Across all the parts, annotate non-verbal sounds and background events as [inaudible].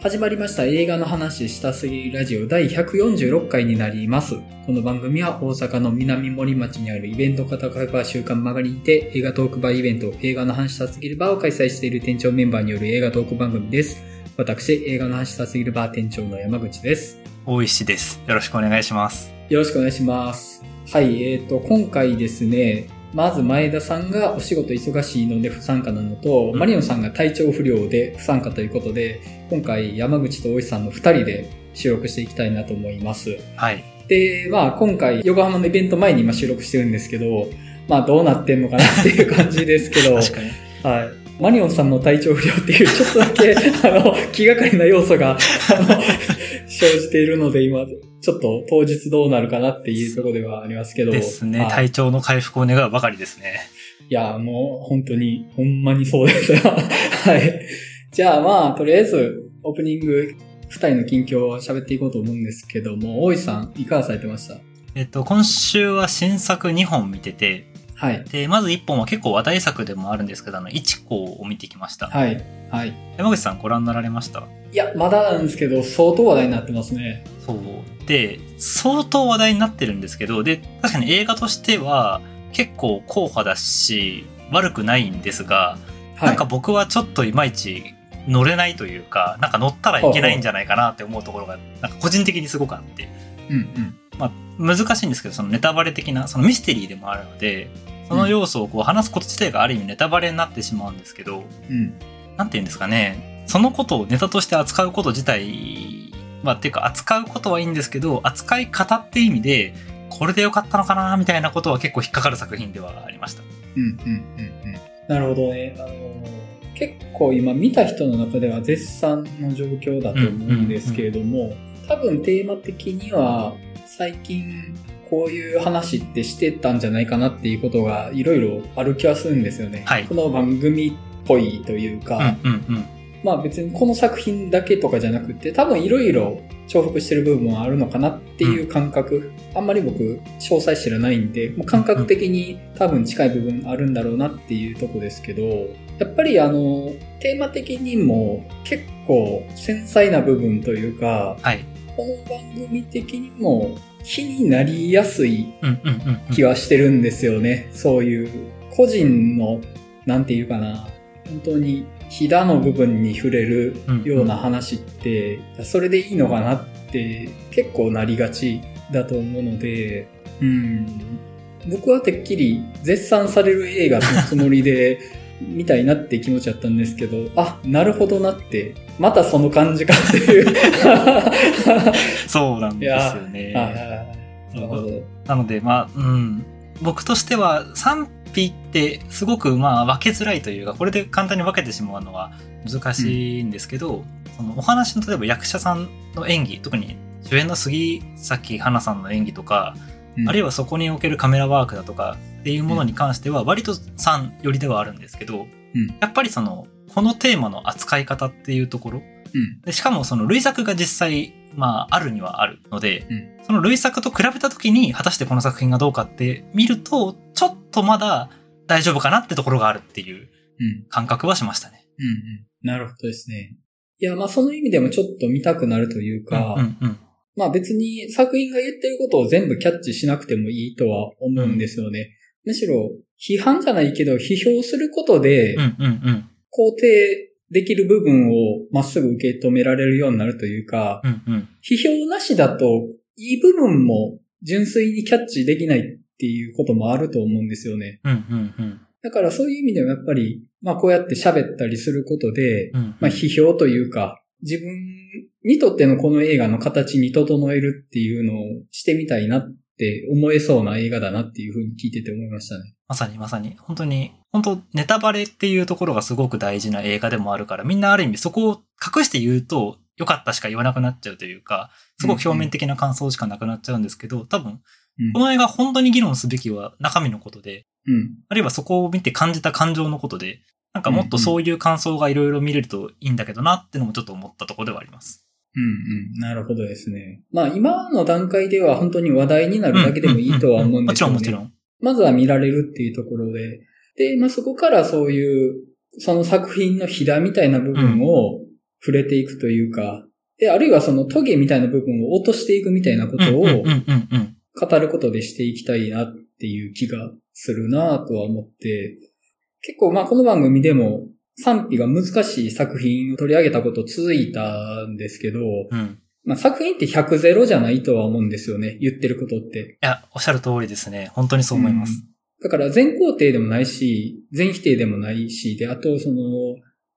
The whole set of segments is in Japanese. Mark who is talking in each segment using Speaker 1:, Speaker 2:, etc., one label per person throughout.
Speaker 1: 始まりました映画の話したすぎるラジオ第146回になります。この番組は大阪の南森町にあるイベント片カバー週間曲がりにて映画トークバーイベント映画の話したすぎるバーを開催している店長メンバーによる映画トーク番組です。私、映画の話したすぎるバー店長の山口です。
Speaker 2: 大石です。よろしくお願いします。
Speaker 1: よろしくお願いします。はい、えっ、と、今回ですね、まず前田さんがお仕事忙しいので不参加なのと、
Speaker 2: うん
Speaker 1: マリオンさんが体調不良で不参加ということで、今回山口と大石さんの2人で収録していきたいなと思います。
Speaker 2: はい。
Speaker 1: で、まあ今回横浜のイベント前に今収録してるんですけど、まあどうなってんのかなっていう感じですけど、
Speaker 2: [laughs] 確かに。
Speaker 1: はい。マリオンさんの体調不良っていうちょっとだ
Speaker 2: [laughs]
Speaker 1: け、あの、気がかりな要素が、あの、生じているので、今、ちょっと当日どうなるかなっていうところではありますけど。
Speaker 2: ですね。
Speaker 1: はい、い
Speaker 2: 体調の回復を願うばかりですね。
Speaker 1: や、もう本当に、ほんまにそうですよ。 [laughs] はい。じゃあまあ、とりあえず、オープニング、二人の近況を喋っていこうと思うんですけども、大石さん、いかがされてました
Speaker 2: えっと、今週は新作2本見てて、
Speaker 1: はい。
Speaker 2: で、まず1本は結構話題作でもあるんですけど、あの、いちこを見てきました。
Speaker 1: はい。はい。
Speaker 2: 山口さんご覧になられました
Speaker 1: いや、まだなんですけど、相当話題になってますね。
Speaker 2: そう。で、相当話題になってるんですけど、で、確かに映画としては結構硬派だし、悪くないんですが、
Speaker 1: はい。
Speaker 2: なんか僕はちょっといまいち乗れないというか、なんか乗ったらいけないんじゃないかなって思うところが、なんか個人的にすごくあって、
Speaker 1: うんうん。
Speaker 2: まあ難しいんですけど、そのネタバレ的な、そのミステリーでもあるので、その要素をこう話すこと自体がある意味ネタバレになってしまうんですけど、
Speaker 1: うん。
Speaker 2: なんて言うんですかね、そのことをネタとして扱うこと自体、まあっていうか扱うことはいいんですけど、扱い方って意味で、これでよかったのかなみたいなことは結構引っかかる作品ではありました。
Speaker 1: うんうんうんうん。なるほどね。あのー結構今見た人の中では絶賛の状況だと思うんですけれども、多分テーマ的には最近こういう話ってしてたんじゃないかなっていうことがいろいろある気はするんですよね。
Speaker 2: はい
Speaker 1: この番組っぽいというか、
Speaker 2: うんうんうん。
Speaker 1: まあ別にこの作品だけとかじゃなくて、多分いろいろ重複してる部分はあるのかなっていう感覚。あんまり僕、詳細知らないんで、もう感覚的に多分近い部分あるんだろうなっていうとこですけど、やっぱりあの、テーマ的にも結構繊細な部分というか、
Speaker 2: はい。
Speaker 1: この番組的にも気になりやすい
Speaker 2: うんうんうん、うん。
Speaker 1: 気はしてるんですよね。そういう、個人の、なんていうかな、本当に、ひだの部分に触れるような話って、それでいいのかなって結構なりがちだと思うので、うん、僕はてっきり絶賛される映画のつもりで見たいなって気持ちだったんですけど、あ、なるほどなって、またその感じかっていう。
Speaker 2: そうなんですよね。
Speaker 1: [laughs] あーなるほど。
Speaker 2: なので、まあ、うん。僕としては、賛否ってすごく、まあ、分けづらいというか、これで簡単に分けてしまうのは難しいんですけど、そのお話の例えば役者さんの演技、特に主演の杉咲花さんの演技とか、
Speaker 1: うん
Speaker 2: あるいはそこにおけるカメラワークだとかっていうものに関しては、割と賛寄りではあるんですけど、
Speaker 1: うん
Speaker 2: やっぱりその、このテーマの扱い方っていうところ、
Speaker 1: うん
Speaker 2: でしかもその類作が実際、まあ、あるにはあるので、
Speaker 1: う
Speaker 2: その類作と比べた時に果たしてこの作品がどうかって見ると、ちょっとまだ大丈夫かなってところがあるっていう
Speaker 1: うん。
Speaker 2: 感覚はしましたね。
Speaker 1: うんうん。なるほどですね。いや、まあその意味でもちょっと見たくなるというか、
Speaker 2: うんうん
Speaker 1: まあ別に作品が言ってることを全部キャッチしなくてもいいとは思うんですよね。むしろ批判じゃないけど批評することで
Speaker 2: うん。うんうん
Speaker 1: 肯定できる部分をまっすぐ受け止められるようになるというか、
Speaker 2: うん。うんうん。
Speaker 1: 批評なしだといい部分も純粋にキャッチできないっていうこともあると思うんですよね。
Speaker 2: うんうんうん。
Speaker 1: だからそういう意味でもやっぱり、まあこうやって喋ったりすることで、
Speaker 2: うんうん
Speaker 1: まあ、批評というか、自分にとってのこの映画の形に整えるっていうのをしてみたいなって思えそうな映画だなっていうふうに聞いてて思いましたね。
Speaker 2: まさにまさに、本当に、本当ネタバレっていうところがすごく大事な映画でもあるから、みんなある意味そこを隠して言うと、良かったしか言わなくなっちゃうというか、すごく表面的な感想しかなくなっちゃうんですけど、多分、
Speaker 1: うん
Speaker 2: この映画本当に議論すべきは中身のことで、
Speaker 1: うん。
Speaker 2: あるいはそこを見て感じた感情のことで、なんかもっとそういう感想がいろいろ見れるといいんだけどなってのもちょっと思ったところではあります。
Speaker 1: うんうん。なるほどですね。まあ今の段階では本当に話題になるだけでもいいとは思うんですよね。
Speaker 2: もちろんもち
Speaker 1: まずは見られるっていうところで。で、まあそこからそういう、その作品のひだみたいな部分を触れていくというか、で、あるいはそのトゲみたいな部分を落としていくみたいなこと
Speaker 2: うん
Speaker 1: を
Speaker 2: うんうんうん
Speaker 1: 語ることでしていきたいなっていう気がするなとは思って、結構まあこの番組でも賛否が難しい作品を取り上げたこと続いたんですけど、
Speaker 2: うん。うん。
Speaker 1: まあ作品って100ゼロじゃないとは思うんですよね、言ってることって。
Speaker 2: いや、おっしゃる通りですね。本当にそう思います。
Speaker 1: だから全肯定でもないし、全否定でもないし、で、あとその、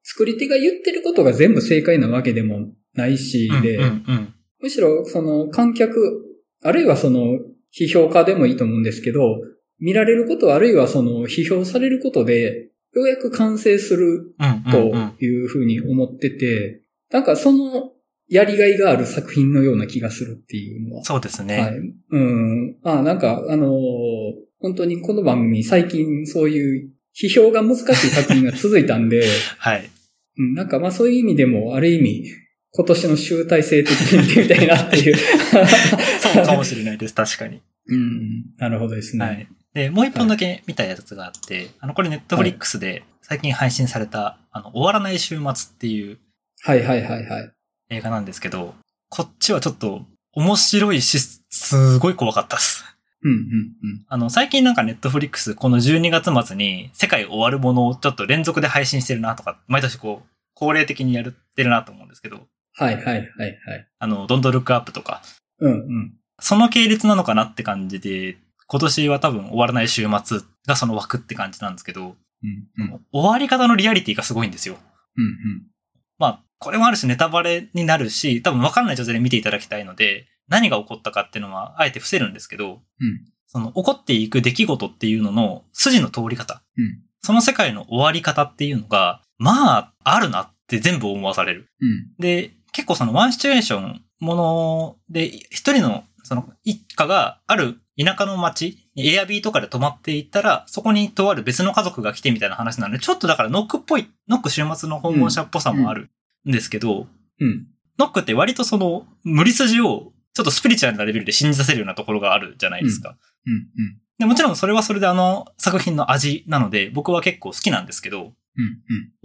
Speaker 1: 作り手が言ってることが全部正解なわけでもないし、で、
Speaker 2: うんうん
Speaker 1: むしろその観客、あるいはその批評家でもいいと思うんですけど、見られること、あるいはその批評されることで、ようやく完成する
Speaker 2: うん。うんうんうん。
Speaker 1: というふうに思ってて、なんかそのやりがいがある作品のような気がするっていうのは。
Speaker 2: そうです
Speaker 1: は
Speaker 2: ね。
Speaker 1: い。うん。まあなんか、あのー本当にこの番組最近そういう批評が難しい作品が続いたんで、
Speaker 2: はい。
Speaker 1: うん、なんかまあそういう意味でも、ある意味、今年の集大成的に見てみたいなって
Speaker 2: [laughs]
Speaker 1: いう。
Speaker 2: そうかもしれないです。確かに。
Speaker 1: うん。なるほどですね。
Speaker 2: はい。で、もう一本だけ見たやつがあって、あの、これネットフリックスで最近配信された、あの、終わらない週末っていう
Speaker 1: はいはいはいはい。
Speaker 2: 映画なんですけど、こっちはちょっと面白いし、すごい怖かったです。
Speaker 1: うんうん
Speaker 2: あの、最近なんかネットフリックス、この12月末に世界終わるものをちょっと連続で配信してるなとか、毎年こう、恒例的にやってるなと思うんですけど、
Speaker 1: うん。はいはいはいはい。
Speaker 2: あの、どんどんルックアップとか、
Speaker 1: うんうん。
Speaker 2: その系列なのかなって感じで、今年は多分終わらない週末がその枠って感じなんですけど、
Speaker 1: うんうん。うん
Speaker 2: 終わり方のリアリティがすごいんですよ。
Speaker 1: うん。
Speaker 2: まあ、これもある種ネタバレになるし、多分分かんない状態で見ていただきたいので、何が起こったかっていうのは、あえて伏せるんですけど、
Speaker 1: うん
Speaker 2: その起こっていく出来事っていうのの筋の通り方、
Speaker 1: うん
Speaker 2: その世界の終わり方っていうのが、まあ、あるなって全部思わされる。
Speaker 1: うん。
Speaker 2: で、結構そのワンシチュエーションもので、一人のその一家がある田舎の町、エアビーとかで泊まっていったら、そこにとある別の家族が来てみたいな話なので、ちょっとだからノックっぽい、ノック週末の訪問者っぽさもあるんですけど、
Speaker 1: うん。
Speaker 2: ノックって割とその無理筋をちょっとスピリチュアルなレベルで信じさせるようなところがあるじゃないですか。
Speaker 1: うん。うん。
Speaker 2: でもちろんそれはそれであの作品の味なので僕は結構好きなんですけど、
Speaker 1: うん。うん。
Speaker 2: 終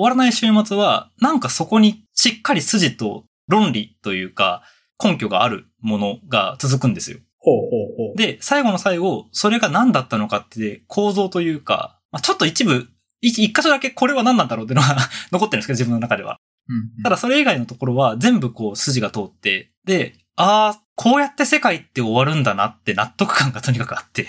Speaker 2: わらない週末は、なんかそこにしっかり筋と論理というか、根拠があるものが続くんですよ。
Speaker 1: ほうほうほう。
Speaker 2: で、最後の最後、それが何だったのかって構造というか、まあ、ちょっと一部、一一箇所だけこれは [laughs] 何なんだろうっていうのが残ってるんですけど、自分の中では。
Speaker 1: うんうん。
Speaker 2: ただそれ以外のところは全部こう筋が通って、で、ああ、こうやって世界って終わるんだなって納得感がとにかくあって、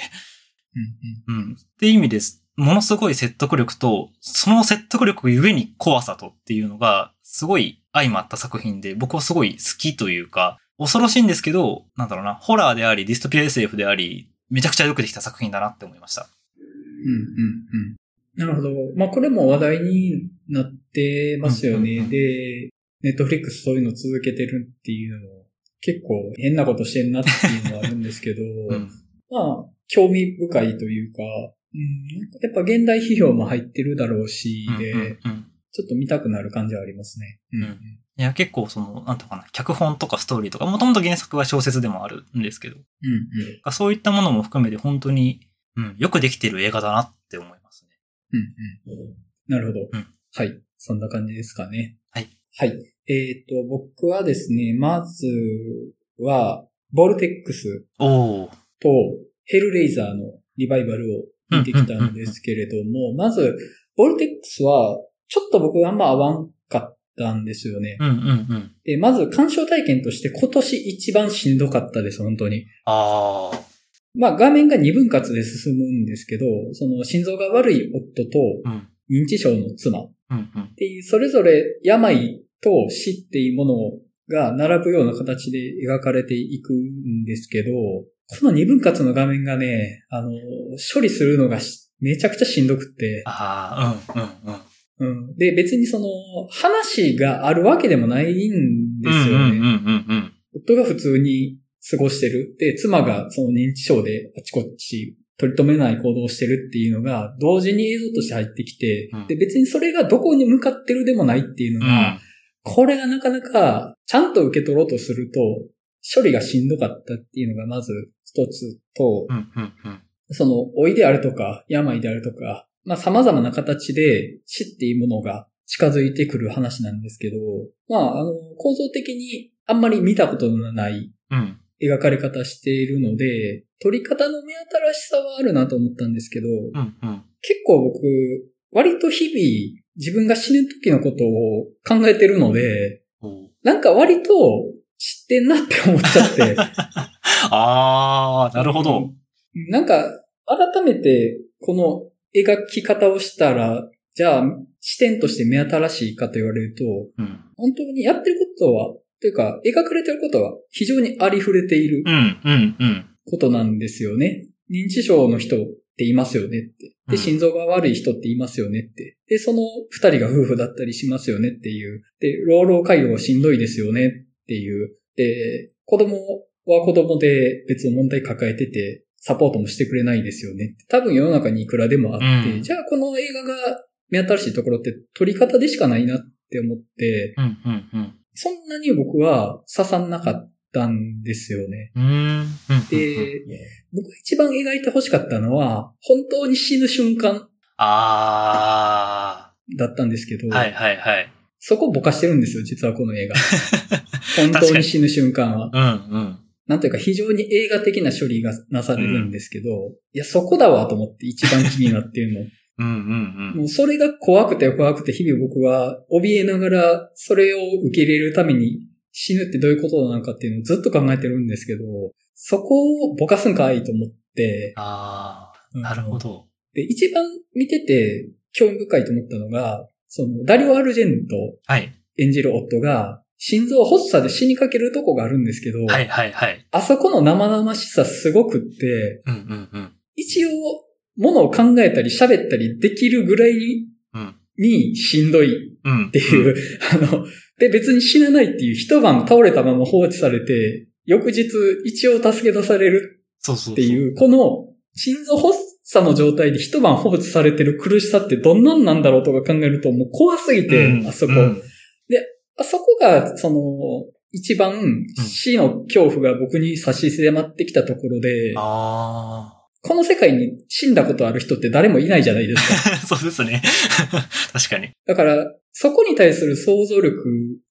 Speaker 1: うん
Speaker 2: うん。っていう意味です。ものすごい説得力と、その説得力ゆえに怖さとっていうのが、すごい相まった作品で、僕はすごい好きというか、恐ろしいんですけど、なんだろうな、ホラーであり、ディストピア SF であり、めちゃくちゃよくできた作品だなって思いました。
Speaker 1: うん。うん。なるほど。まあこれも話題になってますよ
Speaker 2: うんうんう
Speaker 1: ね。
Speaker 2: ん
Speaker 1: で、ネットフリックスそういうの続けてるっていうのも、結構変なことしてんなっていうのはあるんですけど、
Speaker 2: [laughs] うん。
Speaker 1: まあ、興味深いというか、うん、やっぱ現代批評も入ってるだろうし、で、
Speaker 2: うんうん
Speaker 1: ちょっと見たくなる感じはありますね。うん
Speaker 2: んいや、結構その、なんとかな、脚本とかストーリーとか、もともと原作は小説でもあるんですけど、
Speaker 1: うん
Speaker 2: そういったものも含めて本当に、うん、よくできてる映画だなって思いますね。
Speaker 1: うんうんうんなるほど、
Speaker 2: うん
Speaker 1: はい。そんな感じですかね。
Speaker 2: はい。
Speaker 1: はい。えっ、と、僕はですね、まずは、ボルテックス
Speaker 2: おー。
Speaker 1: とヘルレイザーのリバイバルを見てきたんですけれども、まず、ボルテックスは、ちょっと僕あんま合わんかったんですよね。
Speaker 2: うんうんうん。
Speaker 1: で、まず鑑賞体験として今年一番しんどかったです、本当に。
Speaker 2: あー。
Speaker 1: まあ画面が二分割で進むんですけど、その心臓が悪い夫と
Speaker 2: うん。
Speaker 1: 認知症の妻っ
Speaker 2: うんうん。
Speaker 1: ていう、それぞれ病と死っていうものが並ぶような形で描かれていくんですけど、この二分割の画面がね、あの、処理するのがしめちゃくちゃしんどくって、
Speaker 2: ああ、うんうんうん。
Speaker 1: うん、で、別にその話があるわけでもないんですよね。
Speaker 2: うんうんうんうん
Speaker 1: 夫が普通に過ごしてる。で、妻がその認知症であちこち取り留めない行動をしてるっていうのが、同時に映像として入ってきて、
Speaker 2: うん
Speaker 1: で、別にそれがどこに向かってるでもないっていう
Speaker 2: う
Speaker 1: の
Speaker 2: ん。
Speaker 1: が、これがなかなかちゃんと受け取ろうとすると、処理がしんどかったっていうのがまず一つと、
Speaker 2: うんうんうん。
Speaker 1: その老いであるとか、病であるとか、まあ様々な形で死っていうものが近づいてくる話なんですけど、まあ、あの、構造的にあんまり見たことのない
Speaker 2: うん。
Speaker 1: 描かれ方しているので、撮り方の目新しさはあるなと思ったんですけど、
Speaker 2: うん。うん。
Speaker 1: 結構僕、割と日々自分が死ぬ時のことを考えてるので、
Speaker 2: おう
Speaker 1: なんか割と知ってんなって思っちゃって。
Speaker 2: ああ、なるほど。
Speaker 1: なんか、改めて、この描き方をしたら、じゃあ、視点として目新しいかと言われると、
Speaker 2: うん。
Speaker 1: 本当にやってることは、というか、描かれてることは非常にありふれている
Speaker 2: うん。うん。うん。
Speaker 1: ことなんですよね。認知症の人っていますよねって。
Speaker 2: うん
Speaker 1: で、心臓が悪い人っていますよねって。で、その二人が夫婦だったりしますよねっていう。で、老老介護はしんどいですよねっていう。で、子供は子供で別の問題抱えてて、サポートもしてくれないですよねって。多分世の中にいくらでもあって、
Speaker 2: うん
Speaker 1: じゃあこの映画が目新しいところって撮り方でしかないなって思って、
Speaker 2: うん。うん。うん。
Speaker 1: そんなに僕は刺さんなかったんですよね。
Speaker 2: うん。うん。
Speaker 1: で、僕が一番描いて欲しかったのは、本当に死ぬ瞬間
Speaker 2: あ
Speaker 1: だったんですけど、
Speaker 2: あ、はいはいはい。
Speaker 1: そこをぼかしてるんですよ、実はこの
Speaker 2: [laughs]
Speaker 1: 映画。本当に死ぬ瞬間は。
Speaker 2: うんうん。
Speaker 1: なんというか非常に映画的な処理がなされるんですけど、いや、そこだわと思って一番気になっている
Speaker 2: うん [laughs]
Speaker 1: の。
Speaker 2: うん
Speaker 1: もうそれが怖くて怖くて日々僕は怯えながらそれを受け入れるために死ぬってどういうことなのかっていうのをずっと考えてるんですけど、そこをぼかすんかいと思って、
Speaker 2: ああ、なるほど。
Speaker 1: で、一番見てて興味深いと思ったのが、その、ダリオ・アルジェント
Speaker 2: はい。
Speaker 1: 演じる夫が、心臓発作で死にかけるとこがあるんですけど、
Speaker 2: はいはいはい。
Speaker 1: あそこの生々しさすごくって、
Speaker 2: うんうんうん。
Speaker 1: 一応、ものを考えたり喋ったりできるぐらいに、
Speaker 2: うん。
Speaker 1: にしんどいっ
Speaker 2: うん。って
Speaker 1: いう、 [laughs] あの、で、別に死なないっていう一晩倒れたまま放置されて、翌日一応助け出される
Speaker 2: そうそうそう。
Speaker 1: っていう、この心臓発作の状態で一晩放置されてる苦しさってどんなんなんだろうとか考えるともう怖すぎて、
Speaker 2: うん
Speaker 1: あそこ。
Speaker 2: うん
Speaker 1: あそこが、その、一番死の恐怖が僕に差し迫ってきたところで、
Speaker 2: あ
Speaker 1: この世界に死んだことある人って誰もいないじゃないですか。
Speaker 2: [laughs] あ。そうですね。確かに。
Speaker 1: だから、そこに対する想像力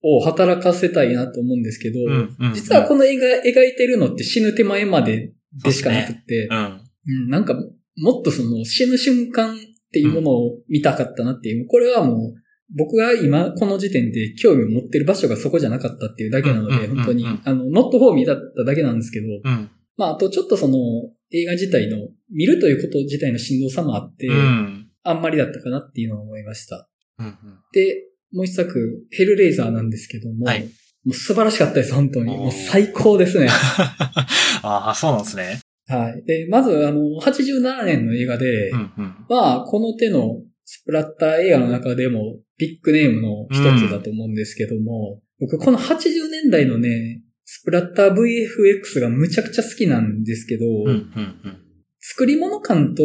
Speaker 1: を働かせたいなと思うんですけど、
Speaker 2: うんうん。
Speaker 1: 実はこの映画描いてるのって死ぬ手前まででしかなくって、
Speaker 2: うん。
Speaker 1: うん、なんか、もっとその死ぬ瞬間っていうものを見たかったなっていう、これはもう、僕が今、この時点で興味を持ってる場所がそこじゃなかったっていうだけなので、
Speaker 2: うんうんうんうん
Speaker 1: 本当に、あの、ノットフォーミーだっただけなんですけど、
Speaker 2: うん。
Speaker 1: まあ、あとちょっとその、映画自体の、見るということ自体の振動さもあって、
Speaker 2: うん。
Speaker 1: あんまりだったかなっていうのを思いました。
Speaker 2: うんうん。
Speaker 1: で、もう一作、ヘルレイザーなんですけども、
Speaker 2: はい
Speaker 1: もう素晴らしかったです、本当に。
Speaker 2: おー
Speaker 1: もう最高ですね。
Speaker 2: ああ、そうなんですね。
Speaker 1: はい。で、まず、あの、87年の映画で、
Speaker 2: うんうん。
Speaker 1: まあ、この手のスプラッター映画の中でもビッグネームの一つだと思うんですけども、僕この80年代のね、スプラッター VFX がむちゃくちゃ好きなんですけど、
Speaker 2: うんうんうん。
Speaker 1: 作り物感と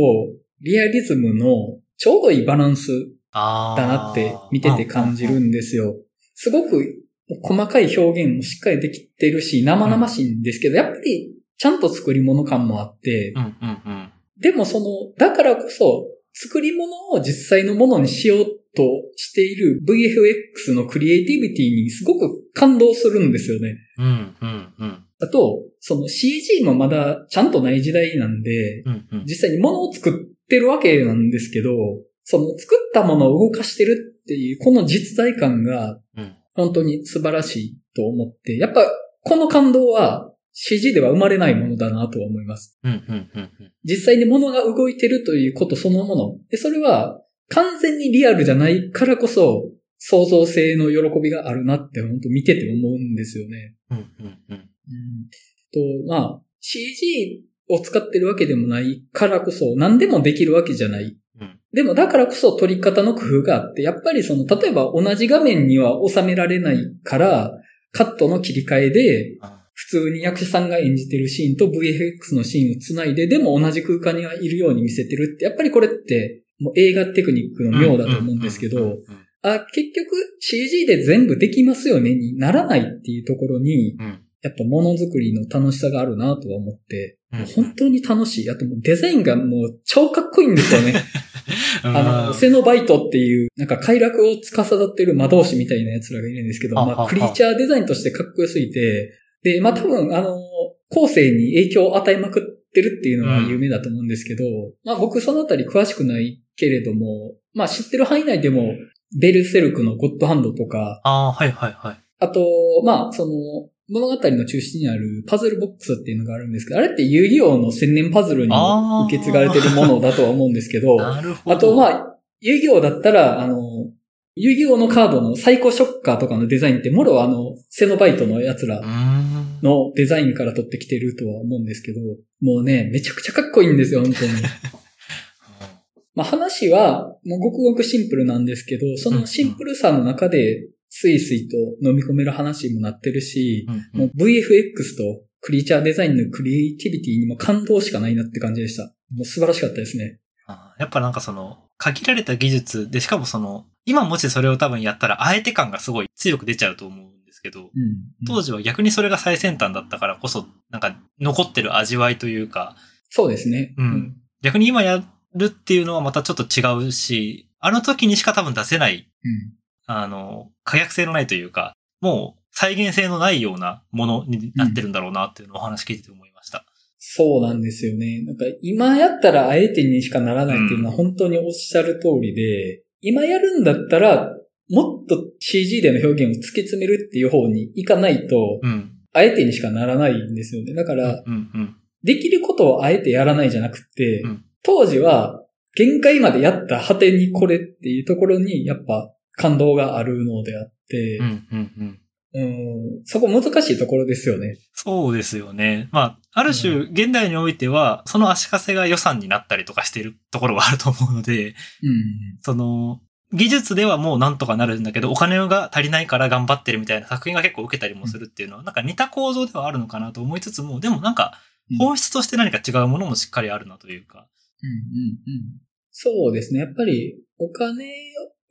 Speaker 1: リアリズムのちょうどいいバランス
Speaker 2: ああ。
Speaker 1: だなって見てて感じるんですよ。すごく細かい表現もしっかりできてるし、生々しいんですけど、やっぱりちゃんと作り物感もあって
Speaker 2: う、んうんうん。
Speaker 1: でもその、だからこそ、作り物を実際のものにしようとしている VFX のクリエイティビティにすごく感動するんですよね。
Speaker 2: うんうんうん。
Speaker 1: あと、その CG もまだちゃんとない時代なんで、
Speaker 2: うんうん。
Speaker 1: 実際に物を作ってるわけなんですけど、その作ったものを動かしてるっていう、この実在感が
Speaker 2: うん
Speaker 1: 本当に素晴らしいと思って、やっぱこの感動は CG では生まれないものだなとは思います。
Speaker 2: うんうんうんうん。
Speaker 1: 実際に物が動いてるということそのもの。で、それは完全にリアルじゃないからこそ、創造性の喜びがあるなって本当見てて思うんですよね。
Speaker 2: うんうんうん。
Speaker 1: うん。と、まあ、CG を使ってるわけでもないからこそ、何でもできるわけじゃない。
Speaker 2: うん
Speaker 1: でもだからこそ撮り方の工夫があって、やっぱりその、例えば同じ画面には収められないから、カットの切り替えで
Speaker 2: あ
Speaker 1: 普通に役者さんが演じてるシーンと VFX のシーンを繋いで、でも同じ空間にはいるように見せてるって、やっぱりこれって、もう映画テクニックの妙だと思うんですけ
Speaker 2: うん
Speaker 1: ど、あ、結局 CG で全部できますよねにならないっていうところに、
Speaker 2: うん
Speaker 1: やっぱものづくりの楽しさがあるなとは思って、
Speaker 2: うんうん。
Speaker 1: 本当に楽しい。あともうデザインがもう超かっこいいんですよね。あの、セノバイトっていう、なんか快楽を司ってる魔導士みたいな奴らがいるんですけど、
Speaker 2: あは
Speaker 1: まあ、
Speaker 2: は
Speaker 1: クリーチャーデザインとしてかっこよすぎて、で、まあ、多分、あの、後世に影響を与えまくってるっていうのが有名だと思うんですけど、まあ、僕そのあたり詳しくないけれども、まあ、知ってる範囲内でも、ベルセルクのゴッドハンドとか、
Speaker 2: ああ、はいはいはい。
Speaker 1: あと、まあ、その、物語の中心にあるパズルボックスっていうのがあるんですけど、あれって遊戯王の千年パズルに
Speaker 2: あー
Speaker 1: 受け継がれてるものだとは思うんですけ
Speaker 2: [laughs]
Speaker 1: ど、
Speaker 2: なるほど。
Speaker 1: あと、まあ、遊戯王だったら、あの、遊戯王のカードのサイコショッカーとかのデザインって、もろはあの、セノバイトの奴ら
Speaker 2: うーん。
Speaker 1: のデザインから取ってきてるとは思うんですけど、もうね、めちゃくちゃかっこいいんですよ、本 [laughs] 当に。まあ話は、もうごくごくシンプルなんですけど、そのシンプルさの中で、スイスイと飲み込める話にもなってるし、
Speaker 2: うんう
Speaker 1: も
Speaker 2: ん
Speaker 1: う VFX とクリーチャーデザインのクリエイティビティにも感動しかないなって感じでした。もう素晴らしかったですね。
Speaker 2: あーやっぱなんかその、限られた技術で、しかもその、今もしそれを多分やったら、あえて感がすごい強く出ちゃうと思うんですけ
Speaker 1: う
Speaker 2: ど、
Speaker 1: ん。
Speaker 2: 当時は逆にそれが最先端だったからこそ、なんか残ってる味わいというか、
Speaker 1: そうですね。
Speaker 2: うん逆に今やるっていうのはまたちょっと違うし、あの時にしか多分出せない、
Speaker 1: うん
Speaker 2: あの、可逆性のないというか、もう再現性のないようなものになってるんだろうなっていうのをお話聞いてて思いました。
Speaker 1: そうなんですよね。なんか今やったらあえてにしかならないっていうのは本当におっしゃる通りで、今やるんだったらもっと CG での表現を突き詰めるっていう方に行かないと、
Speaker 2: うん。
Speaker 1: あえてにしかならないんですよね。だから、
Speaker 2: うんうん。
Speaker 1: できることをあえてやらないじゃなくて
Speaker 2: うん、
Speaker 1: 当時は限界までやった果てにこれっていうところにやっぱ感動があるのであって
Speaker 2: う、んうんうん。
Speaker 1: うんそこ難しいところですよね。
Speaker 2: そうですよね。まあ、ある種、
Speaker 1: う
Speaker 2: 現代においては、その足かせが予算になったりとかしてるところはあると思うので、
Speaker 1: うん。
Speaker 2: その、技術ではもうなんとかなるんだけど、お金が足りないから頑張ってるみたいな作品が結構受けたりもするっていうのは、なんか似た構造ではあるのかなと思いつつも、でもなんか
Speaker 1: うん、
Speaker 2: 本質として何か違うものもしっかりあるなというか。
Speaker 1: うんうんうんそうですね。やっぱりお金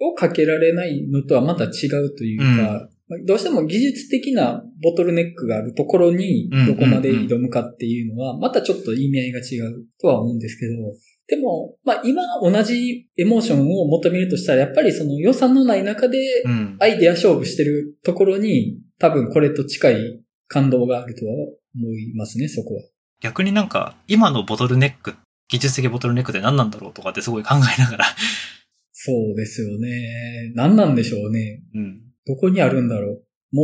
Speaker 1: をかけられないのとはまた違うというか、まあどうしても技術的なボトルネックがあるところに
Speaker 2: うん
Speaker 1: どこまで挑むかっていうのは、またちょっと意味合いが違うとは思うんですけど、でも、まあ今同じエモーションを求めるとしたら、やっぱりその予算のない中で
Speaker 2: うん。
Speaker 1: アイデア勝負してるところに多分これと近い感動があるとは思いますね、そこは。
Speaker 2: 逆になんか、今のボトルネック、技術的ボトルネックって何なんだろうとかってすごい考えながら。
Speaker 1: そうですよね。何なんでしょうね。
Speaker 2: うん。
Speaker 1: どこにあるんだろう。も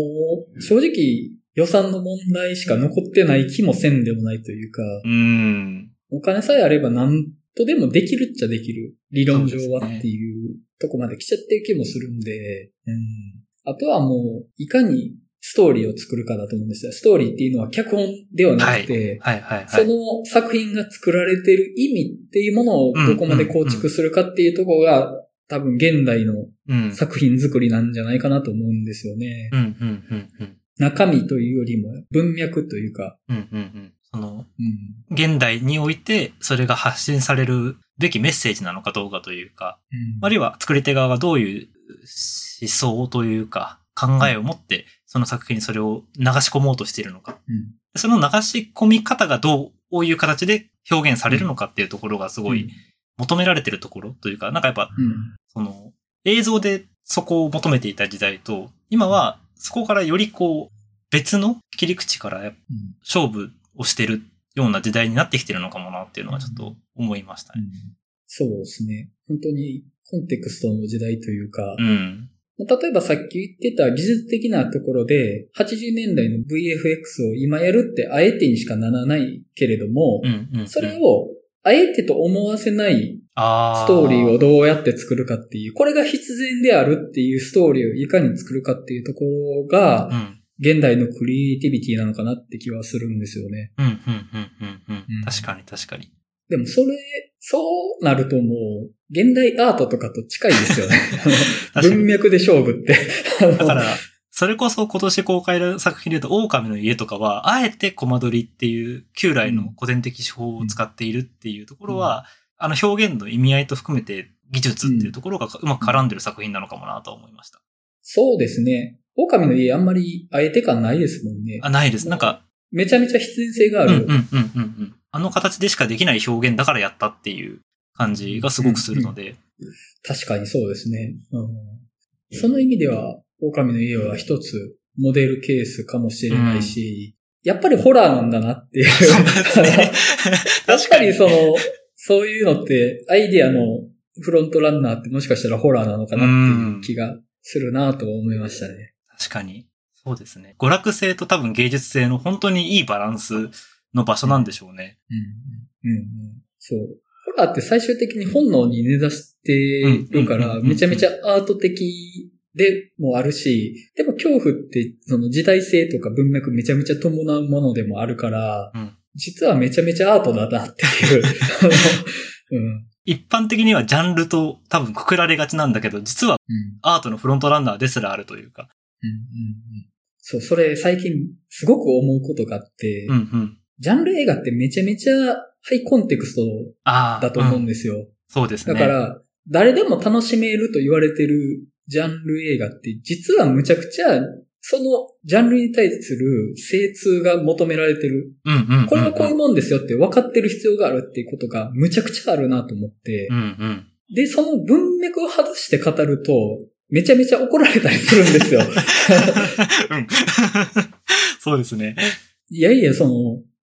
Speaker 1: う、正直、予算の問題しか残ってない気もせんでもないというか、
Speaker 2: うん。
Speaker 1: お金さえあれば何とでもできるっちゃできる。理論上は
Speaker 2: そうですね
Speaker 1: っていうとこまで来ちゃってる気もするんで、うん。あとはもう、いかにストーリーを作るかだと思うんですよ。ストーリーっていうのは脚本ではなくて、
Speaker 2: はいはいはい。
Speaker 1: その作品が作られてる意味っていうものをどこまで構築するかっていうところが、多分現代の
Speaker 2: うん。
Speaker 1: 作品作りなんじゃないかなと思うんですよね。
Speaker 2: うんうんうんうん。
Speaker 1: 中身というよりも文脈というか、
Speaker 2: うんうんうん。その、
Speaker 1: うん。
Speaker 2: 現代において、それが発信されるべきメッセージなのかどうかというか、あるいは作り手側がどういう思想というか、考えを持って、その作品にそれを流し込もうとしているのか。
Speaker 1: うん
Speaker 2: その流し込み方がどういう形で表現されるのかっていうところがすごい求められてるところというか、なんかやっぱ、
Speaker 1: うん。
Speaker 2: その、映像でそこを求めていた時代と、今はそこからよりこう、別の切り口からやっぱ
Speaker 1: うん。
Speaker 2: 勝負をしてるような時代になってきてるのかもなっていうのはちょっと思いましたね。
Speaker 1: そうですね。本当にコンテクストの時代というか
Speaker 2: う、ん。
Speaker 1: 例えばさっき言ってた技術的なところで、80年代の VFX を今やるってあえてにしかならないけれども
Speaker 2: う、ん。うん。
Speaker 1: それをあえてと思わせない
Speaker 2: あ
Speaker 1: ストーリーを
Speaker 2: を。
Speaker 1: どうやって作るかっていう、これが必然であるっていうストーリーをいかに作るかっていうところが
Speaker 2: う、ん。
Speaker 1: 現代のクリエイティビティなのかなって気はするんですよね。
Speaker 2: うん、うん、うん、うん、うん
Speaker 1: うん。
Speaker 2: 確かに、確かに。
Speaker 1: でもそれ、そうなるともう、現代アートとかと近いですよね。あの
Speaker 2: [laughs] 確か
Speaker 1: 文
Speaker 2: に。
Speaker 1: 脈で勝負って。あの
Speaker 2: [laughs] だから、それこそ今年公開の作品で言うと、狼の家とかは、あえてコマ撮りっていう、旧来の古典的手法を使っているっていうところは、あの表現の意味合いと含めて、技術っていうところがうまく絡んでる作品なのかもなとは思いました。
Speaker 1: そうですね。狼の家あんまりあえて感ないですもんね。
Speaker 2: あ、ないです。なんか、
Speaker 1: めちゃめちゃ必然性があ
Speaker 2: うん
Speaker 1: る。
Speaker 2: うんうんうんうん。あの形でしかできない表現だからやったっていう感じがすごくするので。
Speaker 1: 確かにそうですね。うん、その意味では、狼の家は一つモデルケースかもしれないし、やっぱりホラーなんだなっていう。
Speaker 2: [laughs] そうですね
Speaker 1: 確かにその、そういうのって、アイディアのフロントランナーってもしかしたらホラーなのかなっていう気がするなと思いましたね。
Speaker 2: 確かに。そうですね。娯楽性と多分芸術性の本当にいいバランスの場所なんでしょうね。
Speaker 1: うん。うんうん。そう。ホラーって最終的に本能に根ざしてるか
Speaker 2: うんうんうん
Speaker 1: ら、
Speaker 2: うん
Speaker 1: めちゃめちゃアート的でもあるし、でも恐怖ってその時代性とか文脈めちゃめちゃ伴うものでもあるから、
Speaker 2: うん
Speaker 1: 実はめちゃめちゃアートだなって [laughs] いう。あのうん。
Speaker 2: 一般的にはジャンルと多分くくられがちなんだけど、実は
Speaker 1: うん。
Speaker 2: アートのフロントランナーですらあるというか。
Speaker 1: うんうんうんそう、それ最近すごく思うことがあって、
Speaker 2: うんうん。
Speaker 1: ジャンル映画ってめちゃめちゃハイコンテクスト
Speaker 2: ああ。
Speaker 1: だと思うん
Speaker 2: ん
Speaker 1: ですよ。
Speaker 2: そうです
Speaker 1: だ
Speaker 2: ね。
Speaker 1: から、誰でも楽しめると言われてるジャンル映画って、実はむちゃくちゃ、そのジャンルに対する精通が求められてる。
Speaker 2: うんうんうんうん。
Speaker 1: これはこういうもんですよって分かってる必要があるっていうことがむちゃくちゃあるなと思って
Speaker 2: う、んうん。 [laughs]
Speaker 1: で、その文脈を外して語ると、めちゃめちゃ怒られたりするんですよ。
Speaker 2: うん。そうですね。
Speaker 1: いやいや、その、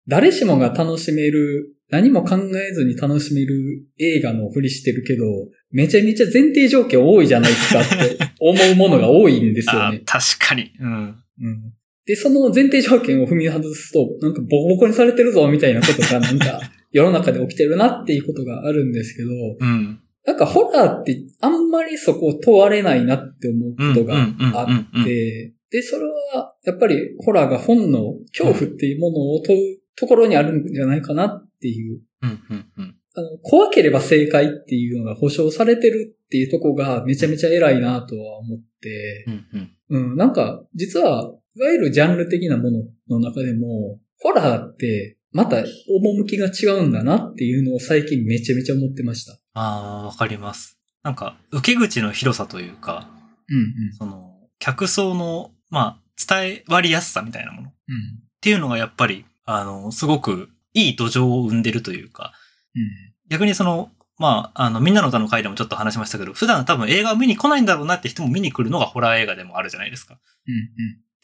Speaker 1: 誰しもが楽しめる、何も考えずに楽しめる映画のふりしてるけど、めちゃめちゃ前提条件多いじゃないですか
Speaker 2: [laughs]
Speaker 1: って思うものが多いんですよ
Speaker 2: あ
Speaker 1: ね
Speaker 2: ー。確かに。うん。
Speaker 1: うん。で、その前提条件を踏み外すと、なんかボコボコにされてるぞみたいなことが、なん
Speaker 2: [laughs]
Speaker 1: か世の中で起きてるなっていうことがあるんですけど、
Speaker 2: うん。
Speaker 1: なんかホラーってあんまりそこを問われないなって思う
Speaker 2: うん。
Speaker 1: ことが
Speaker 2: うんうん
Speaker 1: あ
Speaker 2: うんうん
Speaker 1: で、で、それは、やっぱりホラーが本の恐怖っていうものを問うところにあるんじゃないかなっていう。
Speaker 2: うんうんうん。
Speaker 1: あの怖ければ正解っていうのが保証されてるっていうとこがめちゃめちゃ偉いなとは思って、
Speaker 2: うんうん。
Speaker 1: うん、なんか、実は、いわゆるジャンル的なものの中でも、ホラーって、また、趣が違うんだなっていうのを最近めちゃめちゃ思ってました。
Speaker 2: ああ、わかります。なんか、受け口の広さというか、
Speaker 1: うん、うん、
Speaker 2: その、客層の、まあ、伝え割りやすさみたいなものっ
Speaker 1: うん、
Speaker 2: ていうのがやっぱり、あの、すごくいい土壌を生んでるというか、逆にその、まあ、あの、みんなの歌の回でもちょっと話しましたけど、普段多分映画を見に来ないんだろうなって人も見に来るのがホラー映画でもあるじゃないですか。っ
Speaker 1: うん、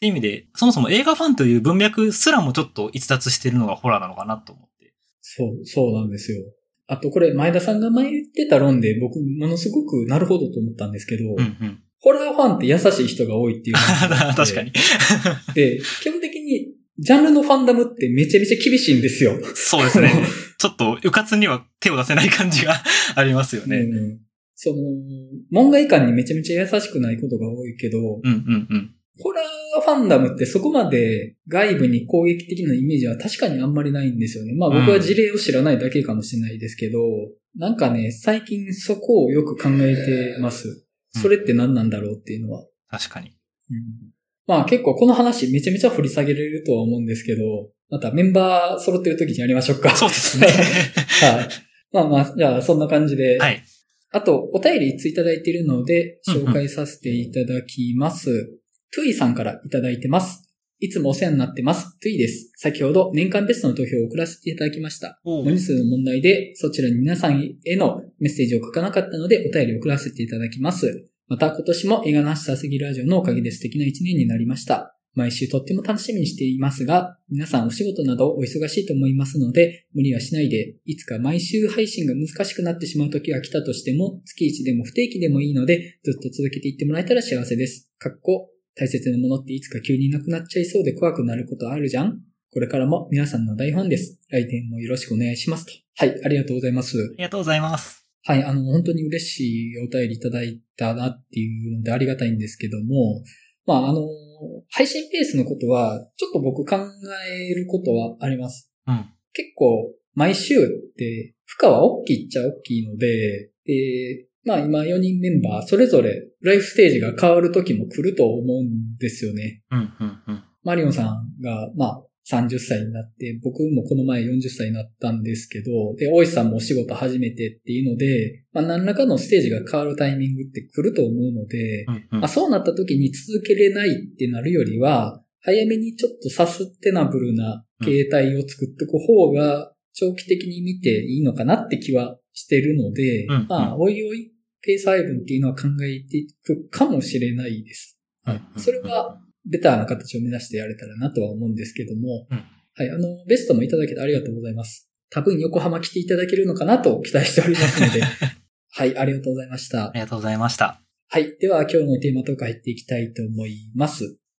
Speaker 2: ていう意味で、そもそも映画ファンという文脈すらもちょっと逸脱してるのがホラーなのかなと思って。
Speaker 1: そう、そうなんですよ。あとこれ、前田さんが前言ってた論で、僕、ものすごくなるほどと思ったんですけど、
Speaker 2: うんうん。
Speaker 1: ホラーファンって優しい人が多いっていう話があって。
Speaker 2: [laughs] 確かに。
Speaker 1: で、基本的に、ジャンルのファンダムってめちゃめちゃ厳しいんですよ。
Speaker 2: そうで
Speaker 1: [laughs]
Speaker 2: すね。ちょっと、うかつには手を出せない感じが [laughs] ありますよね。
Speaker 1: うんその、門外観にめちゃめちゃ優しくないことが多いけど、
Speaker 2: うんうんうん。
Speaker 1: ホラーファンダムってそこまで外部に攻撃的なイメージは確かにあんまりないんですよね。まあ僕は事例を知らないだけかもしれないですけど、なんかね、最近そこをよく考えてます。それって何なんだろうっていうのは。
Speaker 2: 確かに。
Speaker 1: まあ結構この話めちゃめちゃ掘り下げれるとは思うんですけど、またメンバー揃ってる時にやりましょうか。
Speaker 2: そうで
Speaker 1: [laughs]
Speaker 2: すね。
Speaker 1: はい。まあまあ、じゃあそんな感じで。
Speaker 2: はい。
Speaker 1: あと、お便りいついただいているので、
Speaker 2: うんうん
Speaker 1: 紹介させていただきます。トゥイさんからいただいてます。いつもお世話になってます。トゥイです。先ほど年間ベストの投票を送らせていただきました。
Speaker 2: おう
Speaker 1: 文字数の問題で、そちらに皆さんへのメッセージを書かなかったので、お便りを送らせていただきます。また今年も映画の話さすぎラジオのおかげで素敵な一年になりました。毎週とっても楽しみにしていますが、皆さんお仕事などお忙しいと思いますので、無理はしないで、いつか毎週配信が難しくなってしまう時が来たとしても、月1でも不定期でもいいので、ずっと続けていってもらえたら幸せです。かっこ、大切なものっていつか急になくなっちゃいそうで怖くなることあるじゃんこれからも皆さんの大ファンです。来年もよろしくお願いしますと。はい、ありがとうございます
Speaker 2: あ。りがとうございます。
Speaker 1: はい、あの、本当に嬉しいお便りいただいたなっていうのでありがたいんですけども、まあ、あの、配信ペースのことは、ちょっと僕考えることはあります。
Speaker 2: うん。
Speaker 1: 結構、毎週って、負荷は大きいっちゃ大きいので、で、まあ今4人メンバー、それぞれライフステージが変わる時も来ると思うんですよね。
Speaker 2: うんうんうん。
Speaker 1: マリオンさんが、まあ、30歳になって、僕もこの前40歳になったんですけど、で、大石さんもお仕事始めてっていうので、まあ、何らかのステージが変わるタイミングって来ると思うので
Speaker 2: う、んうん
Speaker 1: まあ、そうなった時に続けれないってなるよりは、早めにちょっとサステナブルな形態を作っていく方が、長期的に見ていいのかなって気はしてるので、
Speaker 2: うん
Speaker 1: まあ、
Speaker 2: う
Speaker 1: おいおい、ペース配分っていうのは考えていくかもしれないです。それは、ベターな形を目指してやれたらなとは思うんですけども、
Speaker 2: うん
Speaker 1: はい、あの、ベストもいただけてありがとうございます。多分横浜来ていただけるのかなと期待しております
Speaker 2: [laughs]
Speaker 1: ので、はい、ありがとうございました
Speaker 2: あ。りがとうございました。
Speaker 1: はい。では今日のテーマとか入っていきたいと思います。